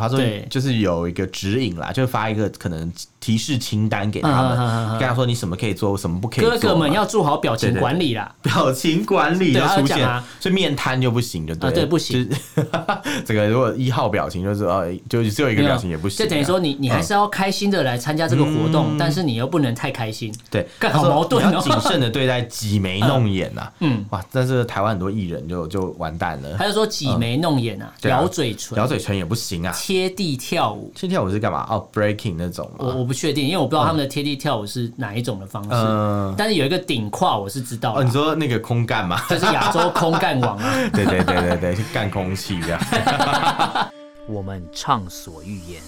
他说对就是有一个指引啦，就发一个可能提示清单给他们，嗯嗯嗯嗯嗯跟他说你什么可以做，什么不可以做嘛。哥哥们要做好表对情对管理啦。表情管理就对他出讲现，啊所以面瘫就不行就对了，啊对不行就是 这个如果一号表情就是呃，就只有一个表情也不行啊，嗯就等于说你你还是要开心的来参加这个活动，但是你又不能太开心。对，干他好说矛盾哦你要谨慎的对待挤眉弄眼呐、 嗯嗯，哇，但是台湾很多艺人就就完蛋了他，就说挤眉弄眼啊，嗯对啊咬嘴 唇咬，嘴唇也不行啊。贴地跳舞。现在我是干嘛？哦，breaking 那种我嘛。我不确定，因为我不知道他们的贴地跳舞是哪一种的方式，嗯，但是有一个顶胯我是知道哦，你的，啊说那个空干嘛？ 就是亚洲空干王啊。对对对对对，去干空气这样。我们畅所欲言，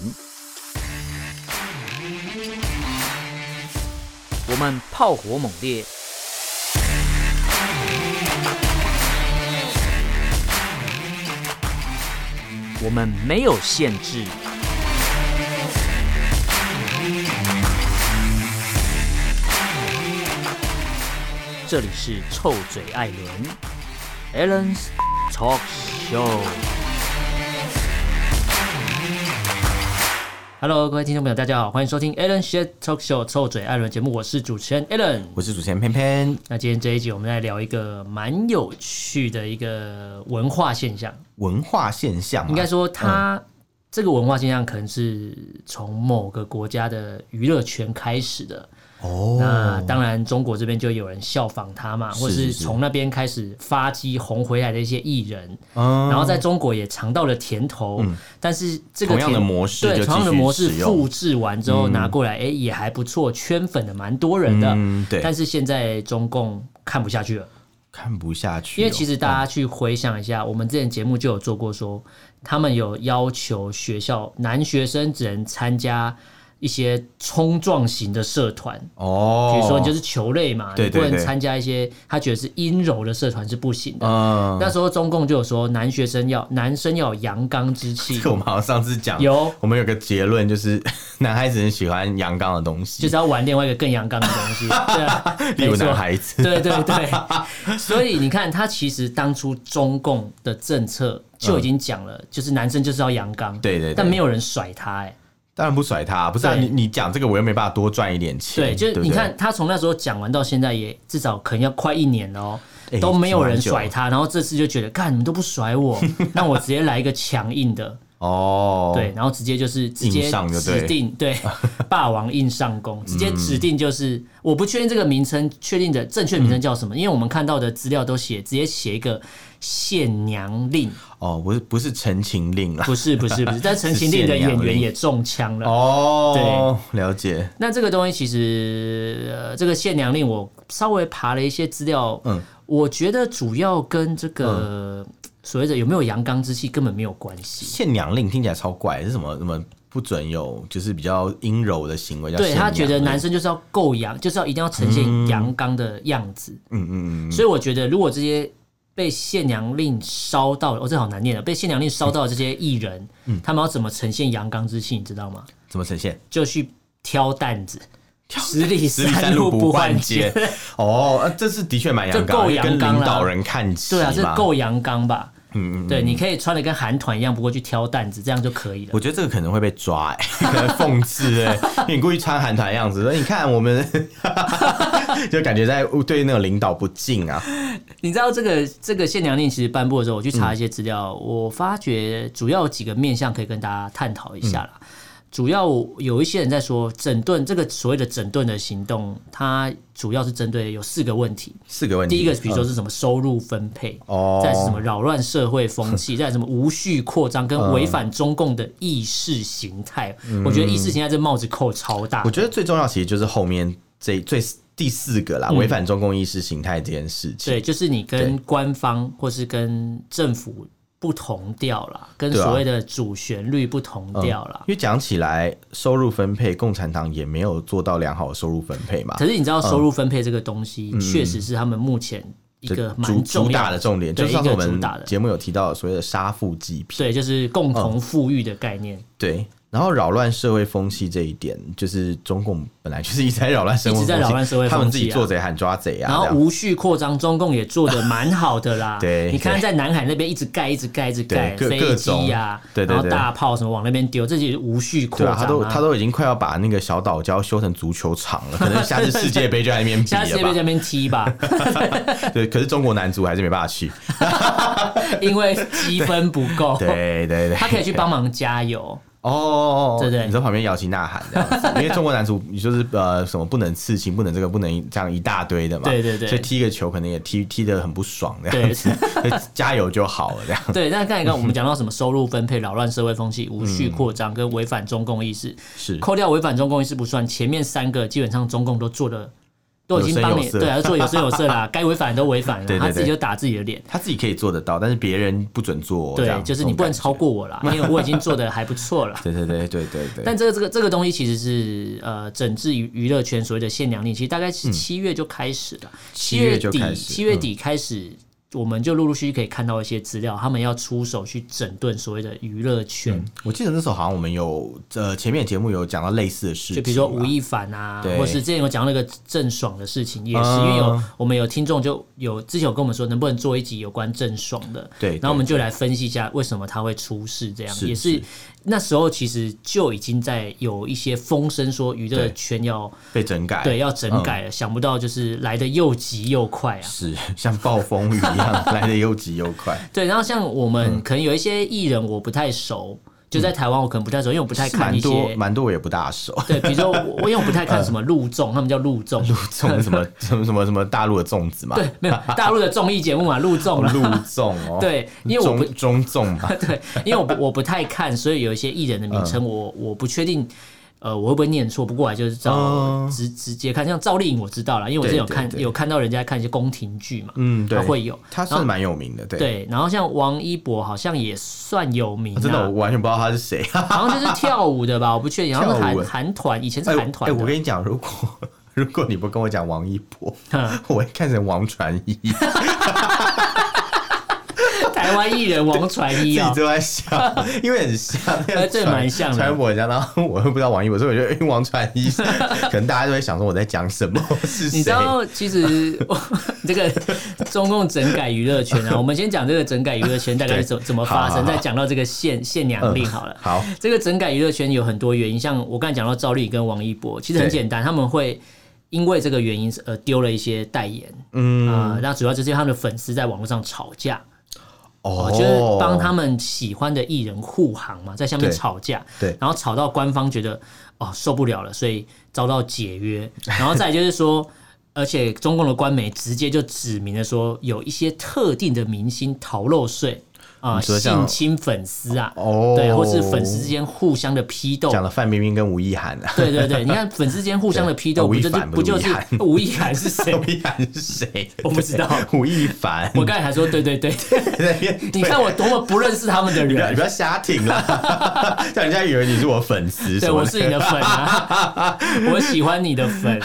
我们炮火猛烈，我们没有限制。这里是臭嘴艾伦 a l l e n s Talk Show。 Hello，各位听众朋友，大家好，欢迎收听 Alan s h a t Talk Show 臭嘴艾伦节目，我是主持人 Alan。我是主持人偏偏，那今天这一集，我们来聊一个蛮有趣的一个文化现象。文化现象嘛啊应该说，它这个文化现象可能是从某个国家的娱乐圈开始的。那哦，当然，中国这边就有人效仿他嘛，或是是是是从那边开始发迹红回来的一些艺人，嗯然后在中国也尝到了甜头。但是这个同样的甜模式对就同样的继续模式使用复制完之后拿过来，哎，也还不错，圈粉的蛮多人的。嗯对但是现在中共看不下去了。看不下去哦，因为其实大家去回想一下，我们之前节目就有做过说，他们有要求学校男学生只能参加一些冲撞型的社团，哦，比如说你就是球类嘛，对对你不能对参加一些他觉得是阴柔的社团是不行的。嗯，那时候中共就有说，男学生要男生要有阳刚之气 这，个我们好像上次讲有我们有个结论就是 男孩子很喜欢阳刚的东西，就是要玩另外一个更阳刚的 东西，对啊，例如没错男孩子。对对对，所以你看，他其实当初中共的政策就已经讲了，就是男生就是要阳刚，对对对但没有人甩他、哎，当然不甩他，不是、啊、对你你讲这个，我又没办法多赚一点钱。对，就是不你看，他从那时候讲完到现在，也至少可能要快一年了哦。哎都没有人是蛮久甩他，然后这次就觉得，干你们都不甩我， 那我直接来一个强硬的，哦，对，，然后直接就是直接硬上就对嗯指定 对霸王硬上弓，直接指定就是、我不确定这个名称确定的正确名称叫嗯什么，因为我们看到的资料都写直接写一个限娘令，哦，不是不是陈情令啊啦，不是不是不是，但陈情令的演员也中枪了。哦，了解，那这个东西其实，呃，这个限娘令我稍微爬了一些资料，嗯嗯，我觉得主要跟这个、所谓的有没有阳刚之气根本没有关系。限娘令听起来超怪，是什么什么不准有就是比较阴柔的行为叫对限娘他令觉得男，生就是要够阳，就是要一定要呈现阳刚的样子。嗯嗯嗯，所以我觉得，如果这些被限娘令烧到，哦，这好难念了，被限娘令烧到的这些艺人，嗯他们要怎么呈现阳刚之气，你知道吗？怎么呈现？就去挑担子，十里十里山路不不换换肩。 哦，呃这是的确蛮阳这够刚，阳跟刚啦领导人看齐对啊，这嘛。够阳刚吧？嗯嗯，对，你可以穿的跟韩团一样，不过去挑担子，这样就可以了我。觉得这个可能会被抓、欸， 可能讽刺哎、因为你故意穿韩团的样子， 说你看我们，就感觉在对那种领导不敬啊。你知道这个这个限娘令其实颁布的时候，我去查一些资料，我发觉主要有几个面向可以跟大家探讨一下啦。主要有一些人在说整顿这个所谓的整顿的行动，它主要是针对有四个问题。四个问题，第一个，比如说是什么收入分配，哦再来是什么扰乱社会风 气，再来什么无序扩张跟违反中共的意识形态。我觉得意识形态这帽子扣超大我。觉得最重要其实就是后面这最第四个啦，违反中共意识形态这件事情。嗯对，就是你跟对官方或是跟政府不同调啦，跟对啊嗯所谓的主旋律不同调啦。因为讲起来，收入分配，共产党也没有做到良好的收入分配嘛可，是你知道收入分配这个东西，确实是他们目前一个嗯蛮主重主要打的重点，就对是一上次个我主们打的，节目有提到所谓的杀富济贫，嗯对，就是共同富裕的概念。对，然后扰乱社会风气这一点，就是中共本来就是一直在扰乱社会风气，一直在扰乱社会风气啊他们自己做贼喊抓贼啊，然这后样。无序扩张，中共也做的蛮好的 啦对你看对在南海那边一直盖，一直盖，一直盖对各飞机呀、各种对对对然后大炮什么往那边丢，这些无序扩对张、啊，他都他都都已经快要把那个小岛礁修成足球场了，可能下次世界杯就在那边比 下次世界杯在了那边踢吧， 吧？对，可是中国男足还是没办法去。因为积分不够， 对对对， 他可以去帮忙 加油。哦哦，哦对对你在旁边摇旗呐喊这样子， 因为中国男足你就是呃什么不能刺青，不能这个，不能这样一大堆的嘛。对对对所以踢个球可能也踢踢得很不爽这样对子， 就加油就好了这 样。对，但刚才刚我们讲到什么收入分配、扰乱社会风气、无序扩张跟违反中共意识，嗯是扣掉违反中共意识不算，前面三个基本上中共都做的都已有经声帮有你色对啊，都做有声有色 啦，该违反的都违反了，对对他自己对就打自己的脸。他自己可以做得到，但是别人不准做。这对，样就是你不能这超种。过我啦，因为我已经做的还不错了感觉。对对对对对对。但这个这个这个东西其实是呃，整治娱娱乐圈所谓的限量令，其实大概是七月就开始了，嗯七月就底开始嗯七月底开始，我们就陆陆续续可以看到一些资料，他们要出手去整顿所谓的娱乐圈，我记得那时候好像我们有呃前面节目有讲到类似的事情就吧，比如说吴亦凡啊，对或是之前有讲到那个郑爽的事情，也是、嗯因为有我们有听众就有之前有跟我们说，能不能做一集有关郑爽的？对然后我们就来分析一下为什么他会出事，这样是也是是那时候其实就已经在有一些风声说娱乐对圈要被整改，嗯对要整改了，想不到就是来的又急又快啊。是像暴风雨一 样来的又急又快，对，然后像我嗯们可能有一些艺人我不太熟，就在台湾我可能不太熟，因为我不太是 看蛮一些多蛮嗯多我也不大熟， 对，比如说我，我因为我不太看什么陆综，他们叫陆综，种什么什么什么什么大陆的粽子嘛，对，没有大陆的综艺节目嘛，陆综啦。陆粽哦，对，因为我不中中粽 吧，对，因为我不我不太看，所以有一些艺人的名嗯称我、我不确定。呃，我会不会念错？不过我还就是照、嗯直直接看，像赵丽颖我知道了，因为我之前有对对看对有看到人家看一些宫廷剧嘛，嗯，对她，会有他然算后蛮有名的，对。对。然后像王一博好像也算有名、啊真的，我完全不知道他是 谁。好像就是跳舞的吧，我不确定。然后是 跳舞欸韩韩团以前哎是韩团哎我的，跟你讲，如果 如果你不跟我讲王一博，嗯 我会看成王传 一，自台湾艺人王传一己啊、就在笑， 因为很像，那个哎这传蛮像的传播很像，然后我又不知道王一博，所以我觉得哎王传 一，可能大家都会想说我在讲什么，是你知谁？道，其实 我这个中共整改娱乐 圈啊，我们先讲这个整改娱乐圈大概是怎怎么发好好生，好再讲到这个限限两令好了。好，这个整改娱乐圈有很多原因，像我刚才讲到赵丽颖跟王一博，其实很对简单，他们会因为这个原因呃丢了一些代言嗯，啊、那主要就是因为他们的粉丝在网络上吵架，哦，就是帮他们喜欢的艺人护航嘛，在下面对吵架，对然后吵到官方觉得哦受不了了，所以遭到 解约，然后再来就是说。而且中共的官媒直接就指明了说，有一些特定的明星逃漏税啊、你说嗯性像侵粉丝啊，哦对，或是粉丝之间互相的批斗，讲了范冰冰跟吴亦涵啊，对对对，你看粉丝之间互相的批斗，对吴不就亦是凡不就不是是吴亦涵吴亦涵是 谁？ 吴亦涵是谁？我不知道对 吴亦凡，我刚才还说对对对， 你看我多么不认识他们的你不要人你不，要瞎挺啦， 让人家以为你是我粉丝什对，么我的，是你的粉啊， 我喜欢你的哦粉。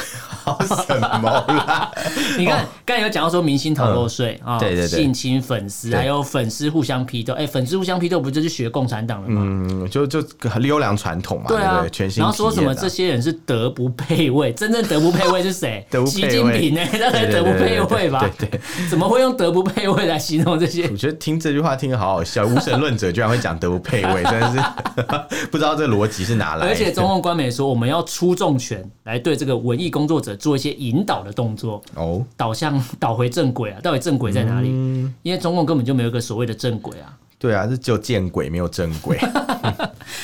好 什么啦？你看，刚才有讲到说明星逃漏税啊，哦对对对性侵粉丝，对还有粉丝互相批斗，哎，粉丝互相批斗不就是学共产党了吗？嗯，就就优良传统嘛，对不啊对？全，新然后说体什么验啊？这些人是德不配位，真正德不配位是谁 德不习配位近平呢？他才对对德不配对对位吧？对对怎么会用德不配位来形容这些我觉得听这句话听得好好笑，无神论者居然会讲德不配 位，真的是 不知道这逻辑是哪来的。而且中共官媒说，我们要出重拳来对这个文艺工作者做一些引导的动作，哦，导向 导回正轨啊！到底正轨在哪里？嗯因为中共根本就没有一个所谓的正轨啊！对啊，是只有见鬼没有正 轨，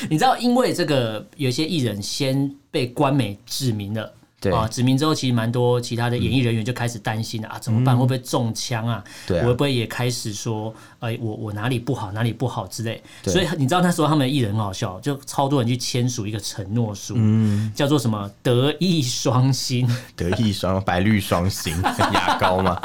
你知道，因为这个有些艺人先被官媒指名了。对啊，指名之后，其实蛮多其他的演艺人员就开始担心了、啊，怎么办？会不会中枪啊？嗯对啊我会不会也开始说，哎，我我哪里不好，哪里不好之类？对所以你知道那时候他们的艺人很好笑，就超多人去签署一个承诺书，嗯叫做什么“德艺双馨 德艺双白绿双馨 牙膏嘛。”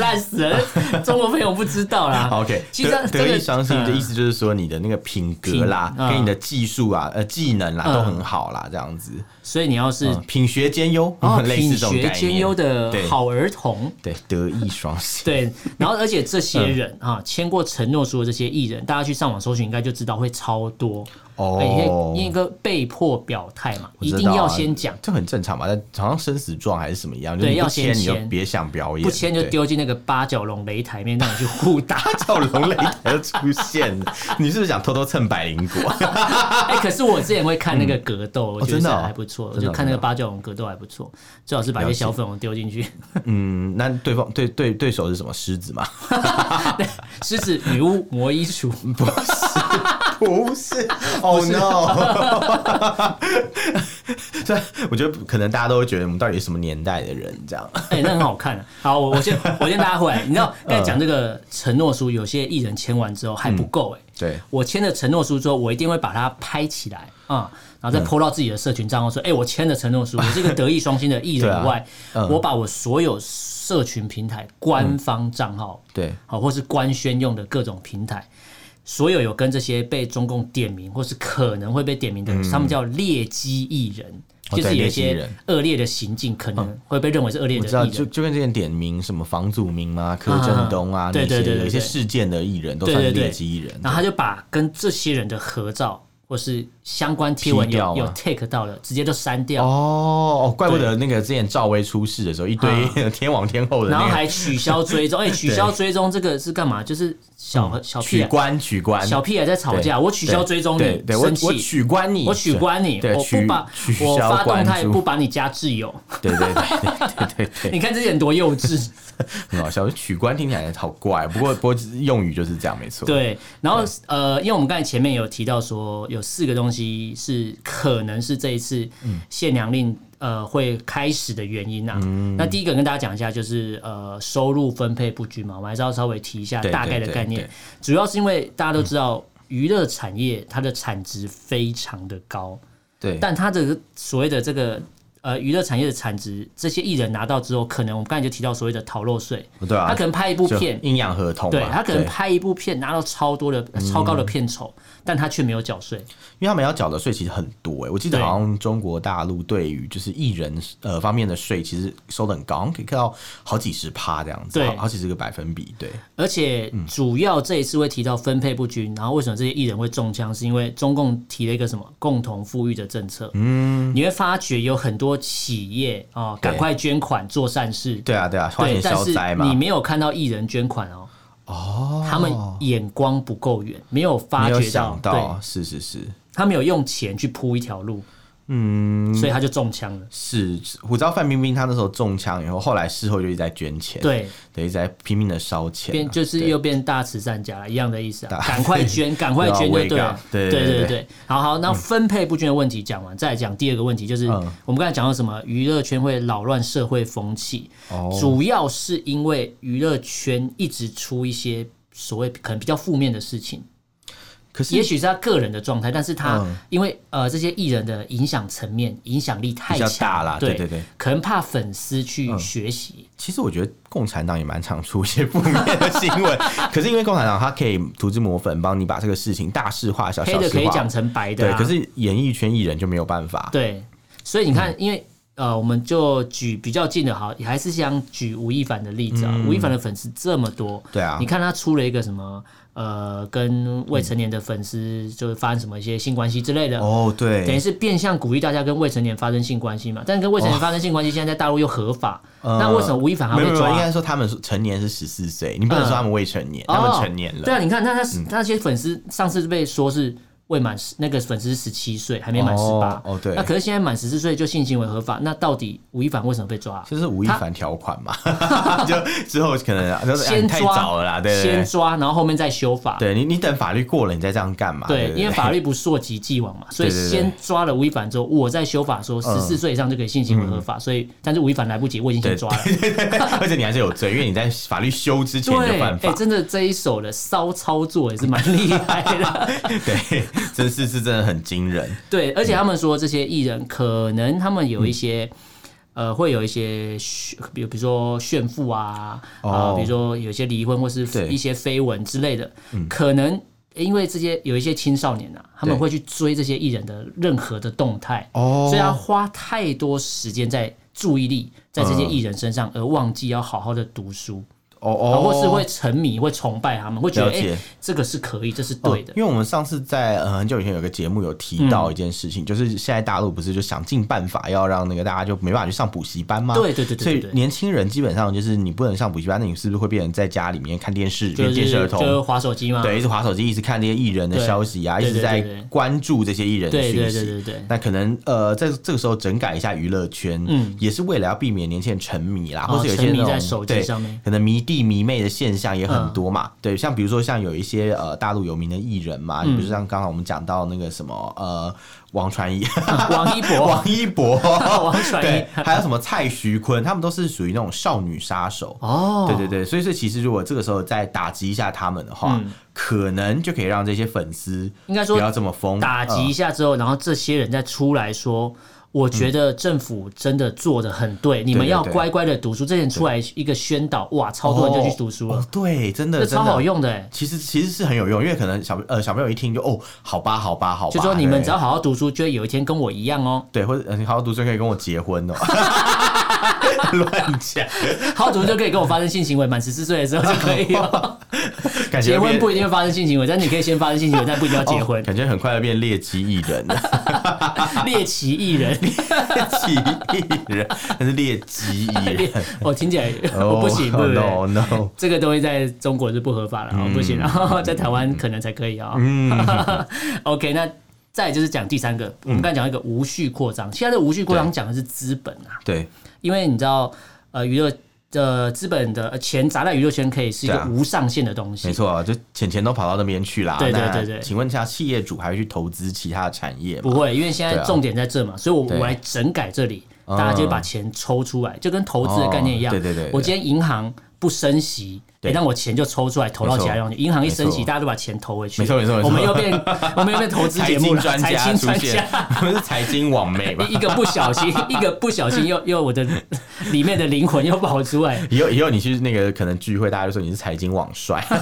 烂死了， 中国朋友不知道 啦。 OK，其实德这个 德艺双馨的嗯意思就是说你的那个品格啦，品嗯跟你的技术啊、呃技能啦嗯都很好啦，这样子，所以你要是、嗯品学兼优，哦 类品似这种学概兼优念。的对好儿 童，对，德艺双馨。对，然后而嗯且这些人、啊，签过承诺书的这些艺人，大家去上网搜寻应该就知道会超多。 哦哎你可以一个被迫表态嘛，我一知道啊定要先讲，这很正常吧？但好像生死状还是什么一样，就对你不要先签你就签别想表演，不签就对。丢进那个八角笼擂台面让你去互打。赵龙雷才出现 了，你是不是想偷偷蹭百灵 果？ 哎、可是我之前会看那个格斗，我觉得真嗯是的哦还不错，我真的哦就看那个真的哦八角笼格斗还不错，最好是把一些小粉红丢进去。 嗯，那对方对对对手是什么狮子吗？狮子女巫魔衣橱， 不是，Oh no！所以我觉得可能大家都会觉得我们到底是什么年代的人这样。 哎、那很好看、啊。好，我我先我先拉回来，你知道嗯刚才讲这个承诺书，有些艺人签完之后还不够哎、对，我签了承诺书之后，我一定会把它拍起来啊、然后嗯再 PO 到自己的社群账号说：“哎、我签了承诺书，我是一个德艺双馨的 艺对人啊以外，我把我所有社群平台官方账号，对好、或是官宣用的各种平台，所有有跟这些被中共点名或是可能会被点名的人，他们叫劣迹艺人。”嗯哦就对是有一劣迹艺些人嗯恶劣的行径，可能会被认为是恶劣我的知道，艺就人。就跟这些点名什么房祖名啊、柯震东啊啊那对对些对对有一些对事件的艺人都对算是对劣对，迹艺人。然后他就把跟这些人的合照或是相关贴文踢掉有吗有 take 到了，直接都删掉。哦，哦怪不得那个之前赵薇出事的时候，一堆 天王天后的啊然后那还个取消 追踪，哎、取消追踪这个是干嘛？就是小、小屁嗯取孩，关取关，小屁孩在吵架，对我取消追踪对你，对，我生我气，取关你，我取关你，对，我取不把取我消发动关态注不把你加挚友， 对对对对对对对，你看这些人多幼 稚。很好笑。取关听起来好怪，不过不过用语就是这样，没错。，对，然后呃，因为我们刚才前面有提到说，有四个东西是可能是这一次嗯限量令呃会开始的原因啊。嗯那第一个跟大家讲一下，就是呃收入分配不均嘛，我们还是要稍微提一下对大对概的对概念对。嗯主要是因为大家都知道娱乐产业它的产值非常的高，对，但它的所谓的这个。呃，娱乐产业的产值，这些艺人拿到之后，可能我们刚才就提到所谓的逃漏税，对啊他可能拍一部就片，阴阳合同嘛，对他可能对嗯拍一部片拿到超多的、超高的片酬，但他却没有缴税。因为他们要缴的税其实很多哎、我记得对好像中国大陆对于就是艺人呃方面的税其实收的很高，好像可以看到好几十趴这样子，对好好几十个百分比，对，而且嗯主要这一次会提到分配不均，然后为什么这些艺人会中枪，是因为中共提了一个什么共同富裕的政策。嗯，你会发觉有很多企业啊，哦赶、快捐款做善事，对啊对啊，花对，钱但消是灾你嘛，没有看到艺人捐款哦。哦，他们眼光不够远，没有发没有觉想对到，是是是他没有用钱去铺一条路，嗯，所以他就中枪了。是，我知道范冰冰她那时候中枪以后，后来事后就一直在捐钱，，对，一直在拼命的烧钱啊、变就是对又变大慈善家了，一样的意思啊！赶快捐，赶快捐对啊就对了。我也对搞对对对对对，好好，那分配不均的问题讲完，再来讲第二个问题，就是嗯我们刚才讲到什么娱乐圈会扰乱社会风气，哦主要是因为娱乐圈一直出一些所谓可能比较负面的事情。可是也许是他个人的状态，但是他嗯因为呃这些艺人的影响层面、影响力太比较强大啦对对对对，嗯可能怕粉丝去学习，其实我觉得共产党也蛮常出一些负面的新闻， 可是因为共产党它可以涂脂抹粉，帮你把这个事情大事化小，黑小的事可以化。讲成白的对，啊，可是演艺圈艺人就没有办法。对，所以你嗯看，因为呃，我们就举比较近的好，还是想举吴亦凡的例子啊。吴亦凡的粉丝这么多，嗯对啊你看他出了一个什么呃，跟未成年的粉丝就是发生什么一些性关系之类的。哦，对，等于是变相鼓励大家跟未成年发生性关系嘛，但是跟未成年发生性关系，现在在大陆又合法，那为什么吴亦凡还哦嗯没有会没有，应该抓？说他们说成年是十四岁，你不能说他们未成年，哦他们成年了。对啊，你看，那他那些粉丝上次被说是未满十，那个粉丝十七岁，还没满十八哦，哦对那可是现在满十四岁就性行为合法，那到底吴亦凡为什么被抓啊？这是吴亦凡条款嘛？ 就之后可能就是哎先你抓太早了啦，对对先对，抓，然后后面再修法。对你你等法律过了，你再这样干嘛？对对，因为法律不溯及既往嘛，所以对对对先抓了吴亦凡之后，我再修法说十四岁以上就可以性行为合法，所以但是吴亦凡来不及，我已经对先抓了。对 对对，而且你还是有罪，因为你在法律修之前就对，犯哎、法。真的这一手的骚操作也是蛮厉害的。 对，真是是真的很惊人。对，嗯而且他们说这些艺人可能他们有一些。呃，会有一些炫，比如比如说炫富啊，啊、哦比如说有些离婚或是对嗯一些绯闻之类的，可能因为这些有一些青少年啊，他们对会去追这些艺人的任何的动态，哦所以他花太多时间在注意力在这些艺人身上，而忘记要好好的读书。哦啊哦，或是会沉迷、会崇拜他们，会觉得了哎、解诶这个是可以，这是哦对的。因为我们上次在呃很久以前有个节目有提到一件事嗯情，就是现在大陆不是就想尽办法要让那个大家就没办法去上补习班吗？对对对对所以对对年轻人基本上就是你不能上补习班，那你是不是会变成在家里面看电视、就变电视是儿就是童？滑手机嘛， 对，一直划手机，一直看这些艺人的嗯对消息啊，一对直对对在对关注这些艺人的对讯息。对对对对。那可能呃，在这个时候整改一下娱乐圈，嗯哦也是为了要避免年轻人沉迷啦，或者有一些沉迷那种在手机对上面嗯可能迷弟迷妹的现象也很多嘛。对，像比如说像有一些呃大陆有名的艺人嘛，嗯比如说像刚刚我们讲到那个什么呃王传 一、王一博王、一博、王传 一对， 还有什么蔡徐坤，他们都是属于那种少女杀手。哦，对对对，所以说其实如果这个时候再打击一下他们的话，可能就可以让这些粉丝嗯应该说不要这么疯，嗯打击一下之后，然后这些人再出来说。我觉得政府真的做的很对，你们嗯对对要对乖乖的读书。之前出来一个宣导，哇，超多人就去读书哦了哦，对，真的这真的超好用的欸。其实其实是很有用，因为可能小呃小朋友一听就哦，好吧，好吧，好吧，就说你们对只要好好读书，就会有一天跟我一样哦。对，或者呃你好好读书可以跟我结 婚哦， 乱讲，好好读书就可以跟我发生性行为，满十四岁的时候就可以 哦了。感觉结婚不一定定会发生性行为，但你可以先发生性行为，但不一定要结婚。 感觉很快要变劣迹艺人 了，猎奇艺人，劣迹艺人，但是劣迹艺 人，我哦听起来 哦我 不行，对不对？ ，no no，这个东西在中国是不合法了，哦不行，然嗯后 在台湾可能才可以啊、OK，那再来就是讲第三个，我们刚才讲一个无序扩张，现在的无序扩张嗯对讲的是资本啊，对，因为你知道，呃，娱乐的资本的呃钱砸在娱乐圈可以是一对个啊无上限的东西，没错啊，就钱钱都跑到那边去啦，对对那对对请问一下，企业主还会去投资其他的产业不吗？会，因为现在对啊重点在这嘛，所以我对嗯我来整改这里，大家就把钱抽出来，就跟投资的概念一样。哦对对对对我今天银行不升息。对诶那我钱就抽出来投到没错其他地方去。银行一升息，没错大家都把钱投回去。没错没错没错我们又变，我们又变投资财节目经了，专财家经出专现 家。，我们是财经网媒吧 一？一个不 小心，一个不小心又又我的 里面的灵魂又跑出来。以后以后你去那个可能聚会，大家就说你是财经网帅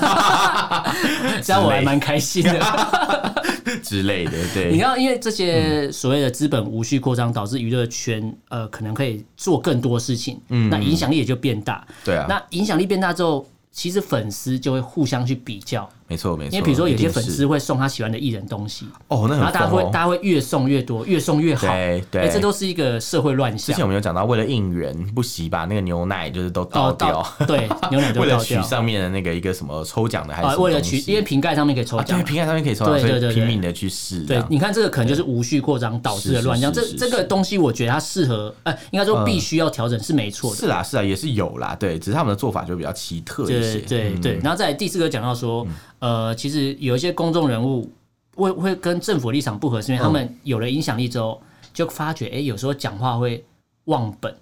这样我还蛮开心的。 之类的，你对。要因为这些所谓的资本无序扩张，导致娱乐圈呃可能可以做更多事情，那影响力也就变大。嗯对啊那影响力变大之后，其实粉丝就会互相去比较，没错没错。因为比如说有一定些粉是丝会送他喜欢的艺人东西，哦，那然后很大家会疯大哦。家会越送越多，越送越好，对对哎这都是一个社会乱之象前。我们有讲到，为了应援不惜把那个牛奶就是都倒哦掉，对牛奶都 为了倒取掉上面的那个一个什么抽奖的还是啊，什么为了东取，西因为瓶盖上面可以抽啊奖对，嘛。瓶盖上面可以抽奖，对所对对以对拼命的去试这对样，，你看这个可能就是无序扩张导致的乱象，是这是是嗯这个东西我觉得它适合，呃，应该说必须要调整是没错的。是啦是啦，也是有啦，对，只是他们的做法就比较奇特一些，对对嗯对，然后再来第四个讲到说，呃，其实有一些公众人物会会跟政府立场不合，嗯是因为他们有了影响力之后，就发觉哎、诶有时候讲话会忘本，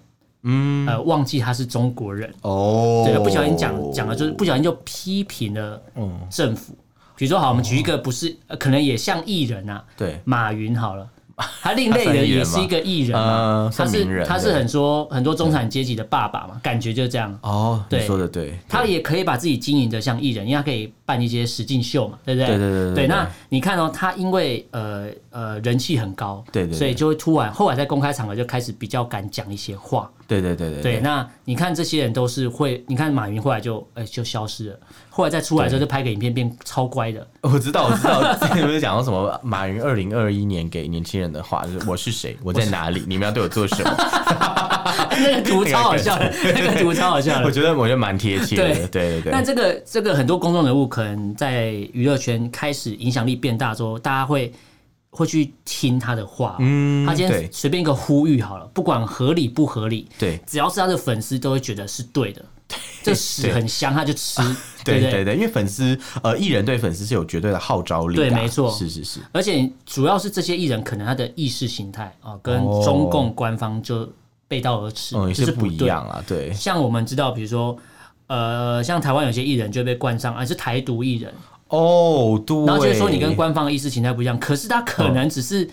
嗯，呃，忘记他是中国人，哦，对，不小心讲讲了，就是不小心就批评了嗯政府。比如说，好，我们举一个不是，呃可能也像艺人啊，对马云好了，他另类他算的艺人也吗是一个艺人嘛呃，他算名是人他是对很说很多中产阶级的爸爸嘛，感觉就这样。哦，你对说的对，他也可以把自己经营的像艺人，因为他可以办一些实境秀嘛，对不对？对对对对对那你看哦，他因为呃呃人气很高，对对对所以就会突然后来在公开场合就开始比较敢讲一些话。对对对对 对，那你看这些人都是会，你看马云后来就哎、就消失了，后来再出来之后就拍个影片变超乖的，我知道，我知道，之前不是讲到什么马云二零二一年给年轻人的话，就是我是谁，我在哪里，你们要对我做什 么？那个图超好笑 的，那个图超好笑我的。觉得我觉得蛮贴切的，对对对对那这个这个很多公众人物可能在娱乐圈开始影响力变大之后，大家会会去听他的话。嗯他今天对随便一个呼吁好了，不管合理不合理，对只要是他的粉丝都会觉得是对 的。这屎很香，他就吃，对对不对对，因为粉丝呃，艺人对粉丝是有绝对的号召力的啊，对没错是是是，而且主要是这些艺人可能他的意识形态啊、跟哦中共官方就背道而驰，嗯，也这是是不一对的样啊，对，像我们知道，比如说，呃，像台湾有些艺人就被冠上啊是台独艺人，哦，对，然后就会说你跟官方的意识形态不一样，可是他可能只是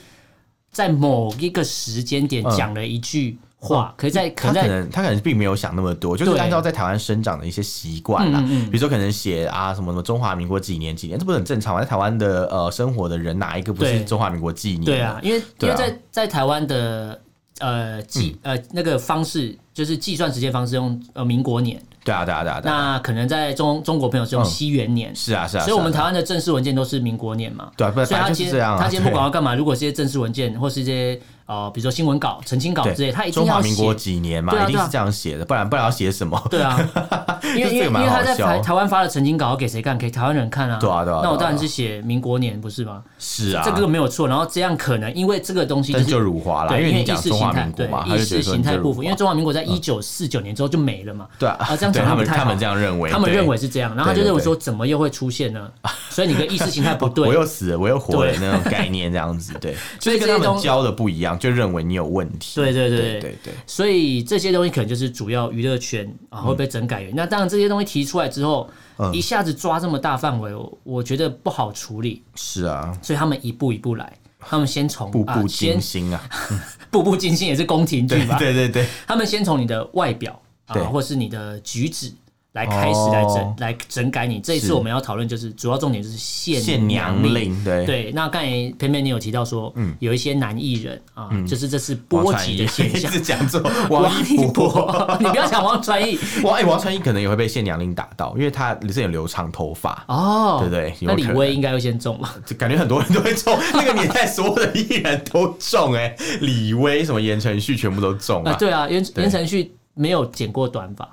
在某一个时间点讲了一句话，可是在可哦他能可在能他可能并没有想那么多，就是对按照在台湾生长的一些习惯啦，嗯嗯嗯比如说可能写啊什么什么中华民国几年几年，这不是很正常吗？在台湾的呃生活的人哪一个不对是中华民国纪念？对啊，，因为因对为啊嗯在在台湾的呃计呃那个方式就是计算时间方式用呃民国年，对啊，对啊，对啊，对啊那可能在中中国朋友是用西元年，嗯是啊，是啊。所以我们是啊台湾的正式文件都是民国年嘛。对啊不然所以他本来就是接这样啊他接不对管要干嘛？如果这些正式文件或是一些呃，比如说新闻稿、澄清稿对之类，他一定中华要民写。国几年嘛，对啊一定对啊是这样写的，不然不然要写什么？对啊， 因为因为这个因蛮为他好在笑台台湾发了澄清稿给谁看？给台湾人看啊。对啊对啊对啊那我当然是写民国年，不是吗？是啊，这个没有错。然后这样可能因为这个东西就但是就辱华啦，对，因为你意讲识中形华态民国对嘛，他意就觉识得说形你这态是不辱符，华因为中华民国在一九四九年之后就没了嘛。对啊啊这样讲对好他像不们太好他们这样认为，他们对认为是这样，然后他就对对认为说对怎么又会出 现呢？所以你的意识形态不对我，又死了，我又活了对那种概念，这样子 对，所以就是这跟些他东们教的不一样，就认为你有问题。对对对对对对，所以这些东西可能就是主要娱乐圈啊嗯会被整改元。那当然这些东西提出来之后，一下子抓这么大范围，我我觉得不好处理，是啊，所以他们一步一步来。他们先从步步啊，惊先 心啊，步步惊心也是宫廷剧吧？对对对，他们先从你的外表啊对，或是你的举止来开始来整、哦来整改你。这一次是我们要讨论就是主要重点就是限限娘令。令，嗯对，对，那刚才偏偏你有提到说，有一些男艺人啊，就是这是王波传及一的现 象一直。讲错，嗯 王一博。 博， 你不要讲王传义王哎、王传一可能也会被限娘令打到，因为他之前有留长头发，哦，对不对有那李可能威应该会先中吧？就感觉很多人都会中。 那个年代所有的艺人都中、哎，李威什么言承旭全部都中啊，啊，对啊，言对言承旭没有剪过短发，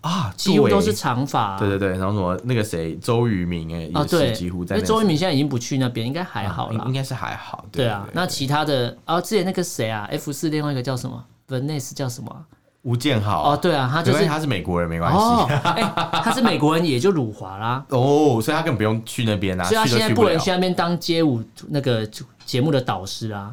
啊，几乎都对是长发啊。对对对，然后什么那个谁周渝民哎、啊，也是对，几乎在那因为个周渝民现在已经不去那边，应该还啊好应啦应。该是还好。对啊，那其他的啊，之前那个谁啊，F 四另外一个叫什么 v e n e s 叫什么啊？吴建豪哦，对啊，他没就关是系，他是美国人没关系哦 哦，哎，他是美国人，也就辱华啦。所以 他根本不用去那边啊，所以他去现都在去不了能去。那边当街舞那个节目的导师啊。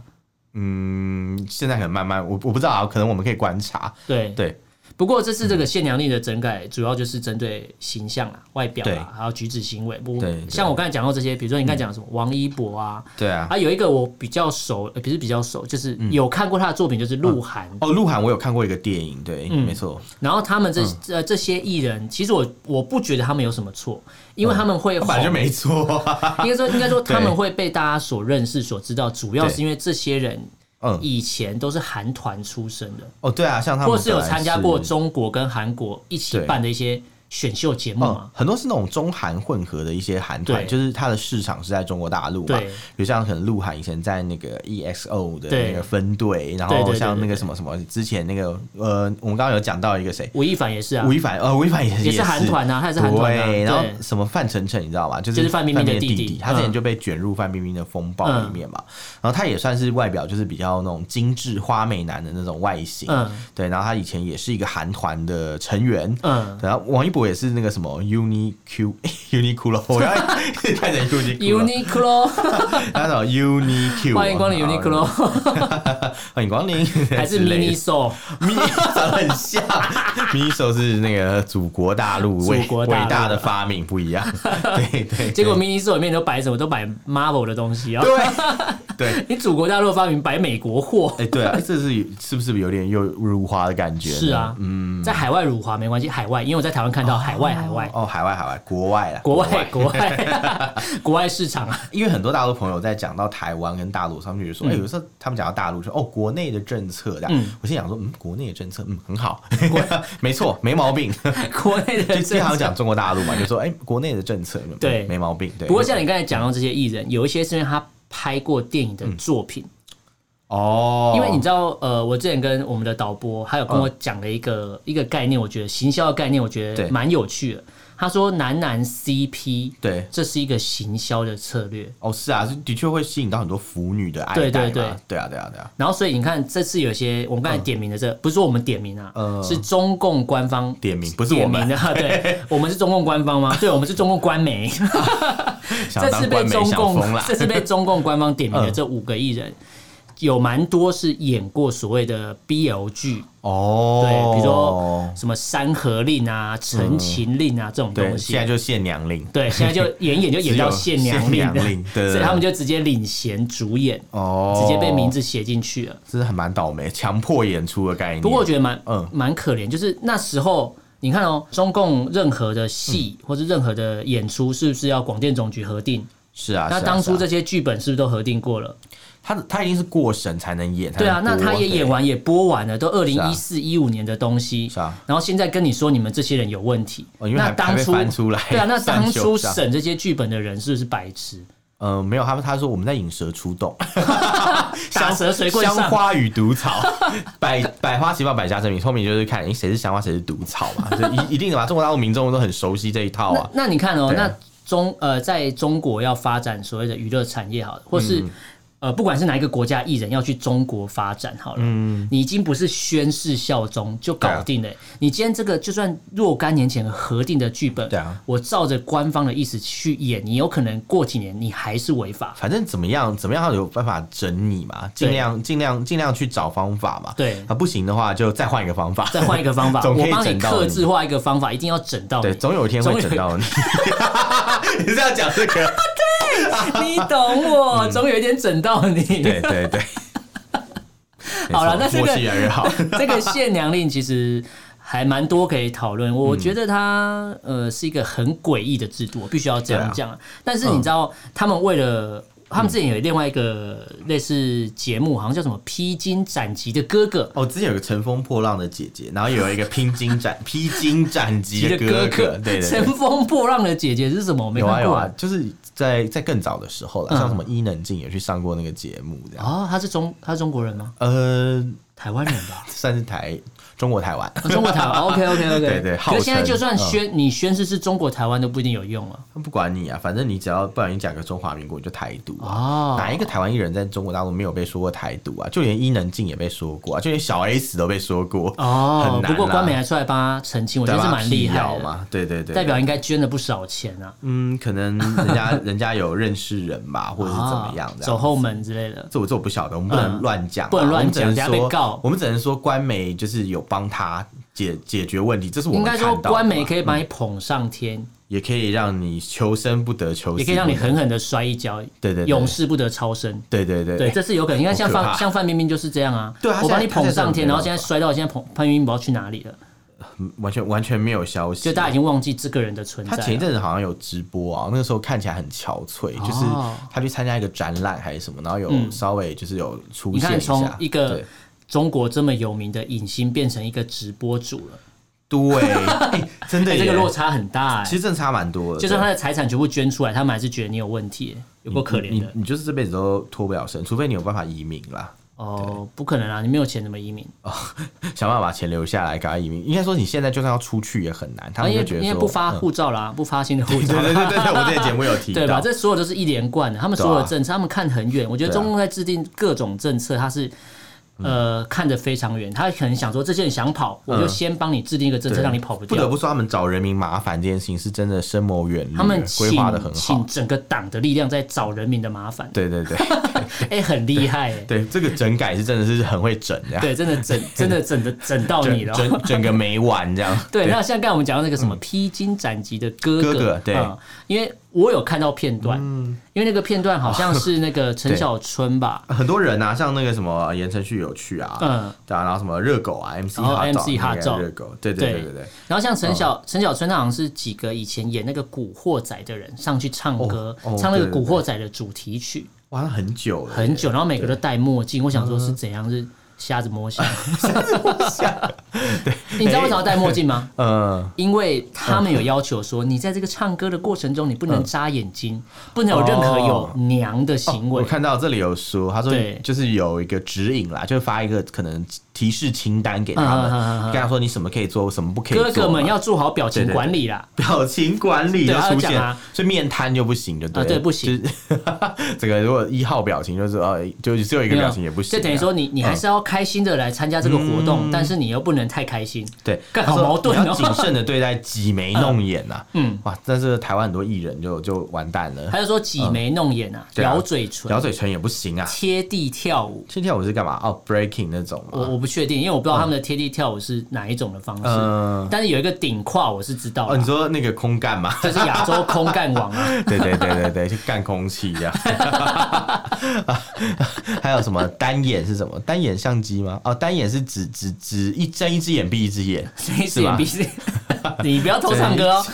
嗯，现在可能慢慢，我我不知道啊，可能我们可以观察。对对不过这次这个限量令的整改，主要就是针对形象啊、外表啊，还有举止行为。不对对嗯像我刚才讲到这些，比如说你刚才讲什么王一博啊，对啊，啊有一个我比较熟，呃不是比较熟，就是嗯有看过他的作品，就是鹿晗。哦，鹿晗我有看过一个电影，对，嗯没错，然后他们这呃这些艺人，其实我我不觉得他们有什么错，因为他们会本来就红。没错啊、应该说应该说对他们会被大家所认识、所知道，主要对是因为这些人嗯，以前都是韩团出身的。 哦，对啊，像他们或是有本来参加过中国跟韩国一起办的一些选秀节目嗯嘛，？很多是那种中韩混合的一些韩团，对就是它的市场是在中国大陆嘛。对比如像可能鹿晗以前在那个 EXO 的对那个分队，然对对后对像那对个对什么什么之前那个呃，我们刚刚有讲到一个谁，吴亦凡也是啊吴，亦凡，呃，吴亦凡也是也是韩团啊他也是韩团啊对，然后对什么范丞丞，你知道吗？就就是是范冰冰的弟弟弟他之嗯前就被卷入范冰冰的风暴里面嘛。然后他也算是外表就是比较那种精致花美男的那种外形，嗯对。然后他以前也是一个韩团的成员。嗯然后王一博也是那个什么 UNIQ UNIQLO，我要看成 UNIQLO， ，Uniqlo，那种 UNIQ，欢迎光临 Uniqlo， 欢迎光临，还是之类的 Miniso，咪长得很像，咪手是那个祖国大陆伟祖国伟大陆大的发明不一样，对对，结果 Miniso 里面都摆什么？都摆 Marvel 的东西啊。对对。你祖国大陆发明摆美国货，哎、对啊，这是是不是有点又入华的感觉？嗯是，啊，在海外辱华没关系，海外，因为我在台湾看到海外海外。哦，海外海外，国外啦，国外，国外， 国外市场啊， 因为很多大陆朋友在讲到台湾跟大陆，他们就觉得说，哎、有时候他们讲到大陆说，哦，国内的政策的，我心想说，嗯，国内的政策，嗯，很好，没错，没毛病。国内的就经政常策。讲中国大陆嘛，就说，哎、国内的政策，嗯对没毛病，对。不过像你刚才讲到这些艺人，有一些是因为他拍过电影的作品，哦，嗯因为你知道，呃，我之前跟我们的导播还有跟我讲了一个、一个概念，我觉得行销的概念，我觉对得蛮有趣的。他说男男 CP，对这是一个行销的策略。哦，是啊，是的确会吸引到很多腐女的爱对戴对嘛对对啊，对啊，对啊，然后，所以你看，这次有些我们刚才点名的这不是说我们点名啊，嗯是中共官方点名不是我们点名的，对， 我们是中共官方吗？对，我们是中共官媒。想 这当次被官媒中想共，疯啦 这次被中共官方点名的嗯这五个艺人，有蛮多是演过所谓的 BL 剧。哦，对，比如说什么《山河令》啊、《陈情令》啊、这种嗯对，东西现。在就限娘令对，现在就演演就演到只有限娘令限娘令对对对所以他们就直接领衔主演， 哦，直接被名，字写进去了。真是很蛮倒霉，强迫演出的概念。不过我觉得蛮嗯蛮可怜，就是那时候你看哦，中共任何的戏嗯或是任何的演出，是不是要广电总局核定？是啊，那是啊当初是这啊些剧本是不是都核定过了？他他一定是过审才能演，才对啊，能那播他也哎对演完也播完了，都二是零啊一四一五年的东西，是啊然后现在跟你说你们这些人有问题，哦因为那还还当被初翻出来对啊，那算当秀初是啊审这些剧本的人是不是白痴？呃，没有，他们他说我们在引蛇出 洞，打蛇随 棍香上，花与毒 草，百百花齐放，百家争鸣。后面就是看诶谁是香花，谁是毒草嘛，这一一定的嘛。中国大陆民众都很熟悉这一套啊那。那你看哦，对啊那中呃，在中国要发展所谓的娱乐产业，好了，或嗯是、呃，不管是哪一个国家艺人要去中国发展，好了，嗯你已经不是宣誓效忠就搞定啊了、你今天这个就算若干年前核定的剧本，对啊我照着官方的意思去演，你有可能过几年你还是违法。反正怎么样，怎么样有办法整你嘛，尽量尽量尽量去找方法嘛。对啊，不行的话就再换一个方法，再换一个方法， 总可我以帮你整到克你制化一个方法，一定要整到 对，你。总有一天会整到你。 你是要讲这个？ 你懂我，总有一天整到你。嗯对对对。 好了没那错这个默契越来越好。 哦这个限娘令其实还蛮多可以讨嗯论，我觉得它呃是一个很诡异的制度，我必须要这样啊讲。但是你知道，嗯他们为了他们之前有另外一个类似节目，好像叫什么《披荆斩棘的哥哥》。哦，之前有个乘风破浪的姐姐，然后有一个披荆斩 披荆斩棘的 哥哥，对对对，乘风破浪嗯的姐姐是什么？我没有啊看有过啊，就是在在更早的时候了，像什么伊能静也去上过那个节目这样。哦，他是中他是中国人吗？呃，，台湾人吧算是台中国台湾， 哦中国台湾。OK OK OK。 对对可是现在号称嗯就算宣你宣誓是中国台湾都不一定有用了。他不管你啊，反正你只要不小心讲个中华民国，你就台独啊。哦哪一个台湾艺人在中国大陆没有被说过台独啊？就连伊能静也被说过啊，就连小 S 都被说过哦很，难啊不过官媒还出来帮他澄清，我觉对得吧是蛮厉害辟谣的。嘛，对对对，代表应该捐了不少钱啊，嗯，可能人家人家有认识人 吧，或者是怎么样啊的。走后门之类的。这我这我不晓得，我们不能乱讲啊、不能乱讲我们只能等下说被告我们只能说官媒就是有帮他解解决问题，这是我应们该说，看到的官媒嘛嗯可以把你捧上天，也可以让你求生不得，求死也可以让你不得狠狠的摔一跤，对对对永世不得超生。对对对对，这是有可能。你看，像好可范怕像范冰冰就是这样啊，对啊她我把现在你捧上她现在真的天，没然后现在办摔到现在捧范冰冰不知道去哪里了，完全完全没有消息，就大家已经忘记这个人的存在他了。哦前一阵子好像有直播啊，那个时候看起来很憔悴，就是他去参加一个展览还是什么，然后有稍微就是有出嗯你现看，一从下，一个对中国这么有名的影星变成一个直播主了，对， 哎真的哎，这耶个落差很大。其哎，实真的差蛮多的，就算对他的财产全部捐出来，他们还是觉得你有问题，哎有够可你怜你的。你就是这辈子都脱不了身，除非你有办法移民啦， 哦，不可能啊，你没有钱怎么移民？想办法把钱留下来，赶快移民。应该说你现在就算要出去也很难，他啊，们因会为觉得因为说 不发嗯护照啦，不发新的护照对，对 对对对，我之前节目有提到，对吧？这所有都是一连贯的，他们所有的政策，他们看很远。我觉得对啊嗯中共在制定各种政策，他是。呃，看得非常远，他可能想说，这些人想跑，我就先帮你制定一个政策，嗯对让你跑不不得掉。不说，他们找人民麻烦这件事情是真的深谋远虑，他们规划的请很好请。整个党的力量在找人民的麻烦，对对对 哎，很厉害，哎，对，这个整改是真的是很会整这样，对，真的整，真的整的整到你整了。整整个没完这样。对，那像刚才我们讲到那个什么披荆斩棘的嗯哥哥哥对嗯嗯因为我有看到片段，因为那个片段好像是那 个陈小春吧， 很多人啊，像那个什么言承旭有去啊，嗯对啊，然后什么热狗啊，MC 然后哈 MC 哈照热狗，对对对对对对，嗯然后像陈小陈小春，他好像是几个以前演那个《古惑仔》的人上去唱歌，哦哦唱那个《对对古惑仔》的主题曲，玩了很久了，很久，然后每个都戴墨镜，我想嗯说是怎样是瞎子摸象， 你知道为什么要戴墨镜 吗？嗯，因为他们有要求说，你在这个唱歌的过程中，你不能眨眼睛，不能有任何有嗯哦娘的行我为。看到这里有说，他说对就是有一个指引啦，就发一个可能提示清单给他们，嗯嗯嗯嗯嗯跟他说你什么可以做，什么不可以做哥嘛。哥们要做好表情对对管理啦。表情管理就对他有出讲现，啊所以面瘫就不行，就对了、啊对不行就是 这个如果一号表情就是呃，就只有一个表情也不行、啊嗯就等于说你你还是要开心的来参加这个活动，但是你又不能太开心。对，干好他说矛盾哦你要谨慎的对待挤眉弄眼呐、嗯，哇，但是台湾很多艺人就就完蛋了，他就说挤眉弄眼啊，对啊咬嘴唇，咬嘴唇也不行啊。贴地跳舞。现在我是干嘛？哦，breaking 那种我嘛，我不确定，因为我不知道他们的贴地跳舞是哪一种的方式，嗯但是有一个顶胯我是知道哦，你的，说那个空干嘛？ 就是亚洲空干王啊，对对对对对，就干空气这样。 还有什么单眼是什么？单眼相机吗？哦，单眼是只只只一睁一只眼闭一只眼，一只眼闭一只眼， 你不要偷唱歌哦，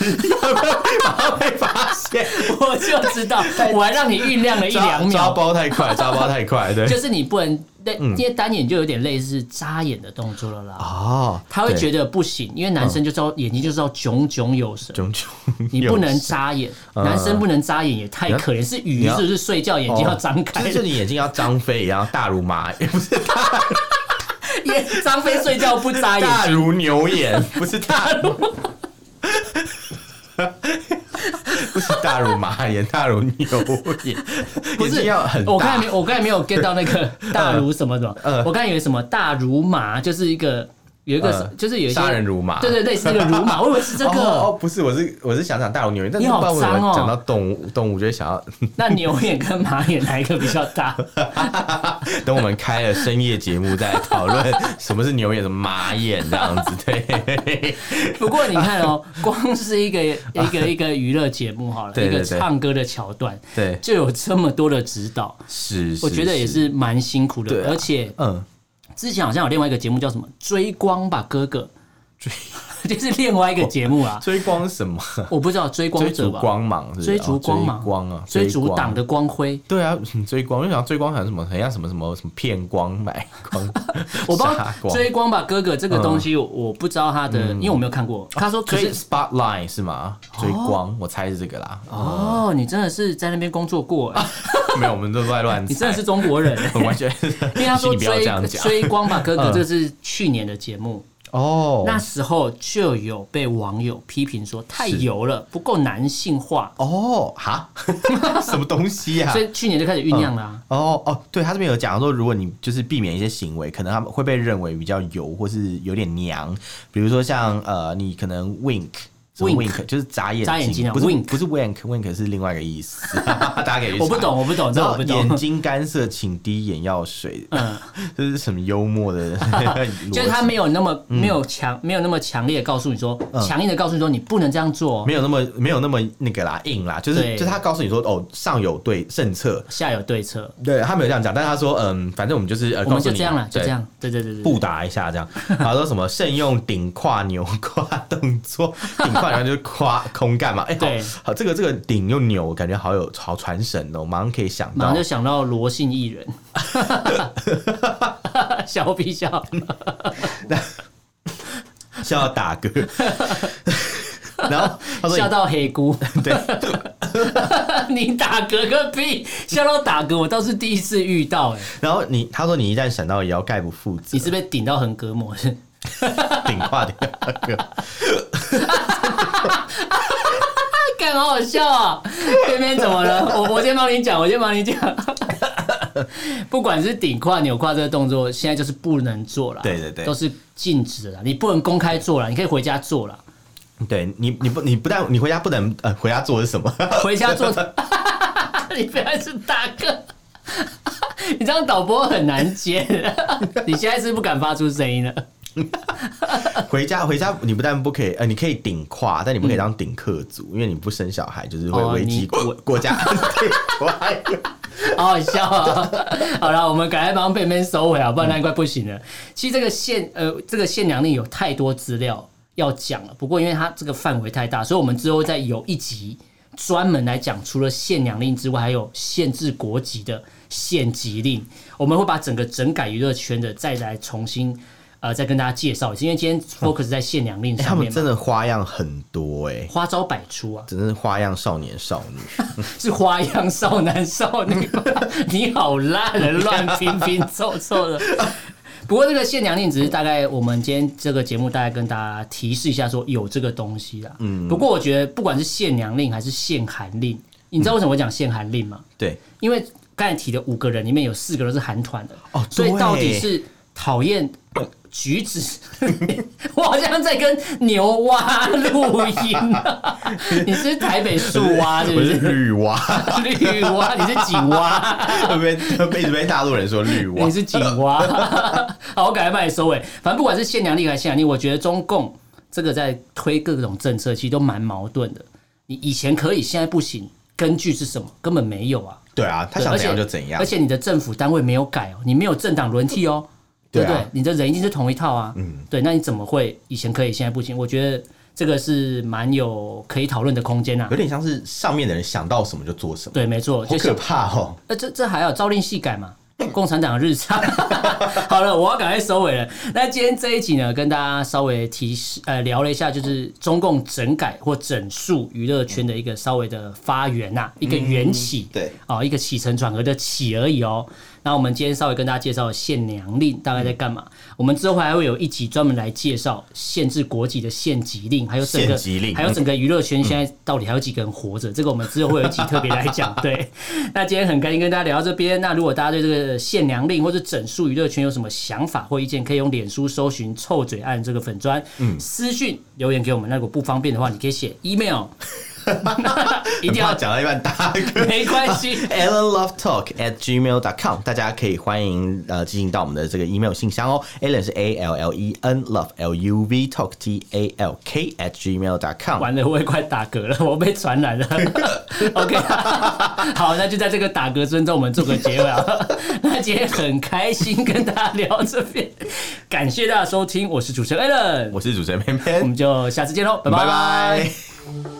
然后被发现，我就 知道，我还让你酝酿哎了一两抓抓秒，包嗯太快，抓包太快，对，就是你不能，那因为单眼就有点类似扎眼的动作了啦。哦，他会觉得得不行，因为男生就知道眼睛就知道炯炯有神，炯炯，你不能眨眼，男生不能眨眼也太可怜，是嗯你鱼要是不是睡觉眼睛要张开就？是你眼睛要张飞一样，大如马，哎不是因为张飞睡觉不眨眼大如牛哎眼，不是大如， 不是大如马眼，大如牛眼，不眼睛是要很我刚大才嗯没，有，我刚才没有 get 到那 个大如什么什么，我刚才以为什么大如麻，就是一个有一个嗯就是有一些杀人如麻，对对对，是一个如 麻，我以为是这哦哦个。不是，我是我是想讲大如牛眼，但你是不好知道为什脏哦么讲到动物动物，就会想要 那牛眼跟马眼哪一个比较大？等我们开了深夜节目再讨论什么是牛眼、什么马眼这样子，对，不过你看哦，光是一个一个一个娱乐节目好了，对一对个对唱歌的桥段，对就有这么多的指导，是，我觉得也，是蛮辛苦对啊的。而且嗯，之前好像有另外一个节目叫什么《追光吧哥哥》，追 就是另外一个节目啊，追光是什么？我不知道追光追者逐吧。光芒是不是，追逐光哦芒，追光啊，追逐光党。的光辉。对啊， 嗯追光，我就想追光好像什么，很像什么什么什么骗光买光， 我不知杀光道啊嗯追光吧哥哥这个东西，我不知道他的，因为我没有看过。他说可所以是 spotlight 是吗？追光，我猜是这个啦。哦，你真的是在那边工作 过，哎没有，我们都在乱猜。 你真的是中国人。我完全，因为他 说你不要这追样讲 追光吧哥哥，嗯这是去年的节目，哦。那时候就有被网友批评说太油了，不够男性化，哦哈， 什么东西呀、所以去年就开始酝酿啦。哦哦，对他这边有讲说，如果你就是避免一些行为，可能他们会被认为比较油或是有点娘，比如说像呃，你可能 wink。什么 Wink wink 就是眨眼睛，眨眼睛啊不是 wink 不是 wink，wink 是另外一个意 思，大家可以去查我不懂，。我不懂，这然我后不眼懂。睛干涩，请滴眼药水，嗯， 这是什么幽默的 逻辑？ 就是他没有那么嗯没有强没有那么强烈的告诉你说，强硬的告诉你说你不能这样做哦，没有那么没有那么那个啦，硬啦，就是对就是他告诉你说哦，上有对政策，下有对策，对他没有这样讲，但他说嗯，反正我们就是呃，我们告诉就你这样了，就对这样，对对对对，不打一下这样，然后说什么慎用顶胯扭胯动 作，顶胯然后就是胯空干嘛？哎、好对好，这个这个顶又扭，感觉好有好传神哦，我马上可以想马到上 就想到罗姓艺人，笑必笑，笑到打嗝， 然后他说笑你到黑姑， 对，你打嗝个屁，笑到打嗝，我倒是第一次遇到，哎，然后你他说你一旦闪到也要概不负责，你是被顶到横膈膜是？ 顶胯顶胯嗝，干好好 笑啊！偏偏怎么了？我我先帮你讲，我先帮你讲。不管是顶胯、扭胯这个动作，现在就是不能做了，对对对都是禁止的啦。你不能公开做了，你可以回家做了。对你你不你不但你回家不能呃回家做的是什么？ 回家做， 你不要是大哥，你这样导播很难接的。你现在是不敢发出声音了，回家回家你不但不可以呃你可以顶胯，但你不可以当顶客族，因为你不生小孩就是会嗯哦危你及 国、国家 安定。好好笑啊、 好了，我们赶快帮贝贝收回啊，不然那快不行了。其实这个限呃，这个限量令有太多资料要讲了，不过因为它这个范围太大，所以我们之后再有一集专门来讲，除了限量令之外，还有限制国籍的限籍令，我们会把整个整改娱乐圈的再来重新。呃，再跟大家介绍一次，因为今天 focus 在限量令欸他上们面嘛，真的花样很多哎、欸，花招百出啊，真的是花样少年少女。是花样少男少女吧？你好烂的，乱拼拼凑凑的。不过这个限量令只是大概我们今天这个节目大概跟大家提示一下，说有这个东西啦。嗯。不过我觉得不管是限量令还是限韩令，你知道为什么我讲限韩令吗？对，因为刚才提的五个人里面有四个都是韩团的，哦所以对到底是讨厌。举止， 我好像在跟牛蛙录音、啊。你是台北树蛙是不我是是？绿蛙， 绿蛙，你是警 蛙，会被被一直被大陆人说绿蛙你。是警蛙。 好，我赶快帮你收尾。反正不管是限量令还是限量令，我觉得中共这个在推各种政策，其实都蛮矛盾的。你以前可以，现在不行，根据是什么？根本没有啊。对啊，他对想而怎且样就怎样而。且你的政府单位没有改哦，你没有政党轮替哦，对对啊不对？你的人一定是同一套啊。嗯，对，那你怎么会以前可以，现在不行？我觉得。这个是蛮有可以讨论的空间啊有。点像是上面的人想到什么就做什么，对，没错，好就可是怕哦。呃，这这还好，朝令夕改嘛，共产党日常。 好了，我要赶快收尾了。那今天这一集呢，跟大家稍微提示呃聊了一下，就是中共整改或整肃娱乐圈的一个稍微的发源呐、一个缘起。对，哦，一个起承转合的起而已哦。那我们今天稍微跟大家介绍《限娘令》大概在干嘛。我们之后还会有一集专门来介绍限制国籍的限籍令，还有整个限籍令嗯还有整个娱乐圈现在到底还有几个人活着，这个我们之后会有一集特别来讲。 对，那今天很开心跟大家聊到这边。那如果大家对这个限娘令或者整数娱乐圈有什么想法或意见，可以用脸书搜寻“臭嘴案”这个粉砖，嗯私讯留言给我们。那如果不方便的话，你可以写 email，一很定怕要讲到一半大哥。 没关系。 Alan Love Talk at gmail dot com，大家可以欢迎呃进行到我们的这个 email 信箱哦。Alan 是 A L L E N Love L U V Talk T A L K at gmail dot com。完了，我也快打嗝了， 我被传染了。OK，好，那就在这个打嗝声中，我们做个结尾啊。 那今天很开心跟大家聊这边，感谢大家收听，我是主持人 Allen，我是主持人偏我偏，们就下次见喽，拜拜拜。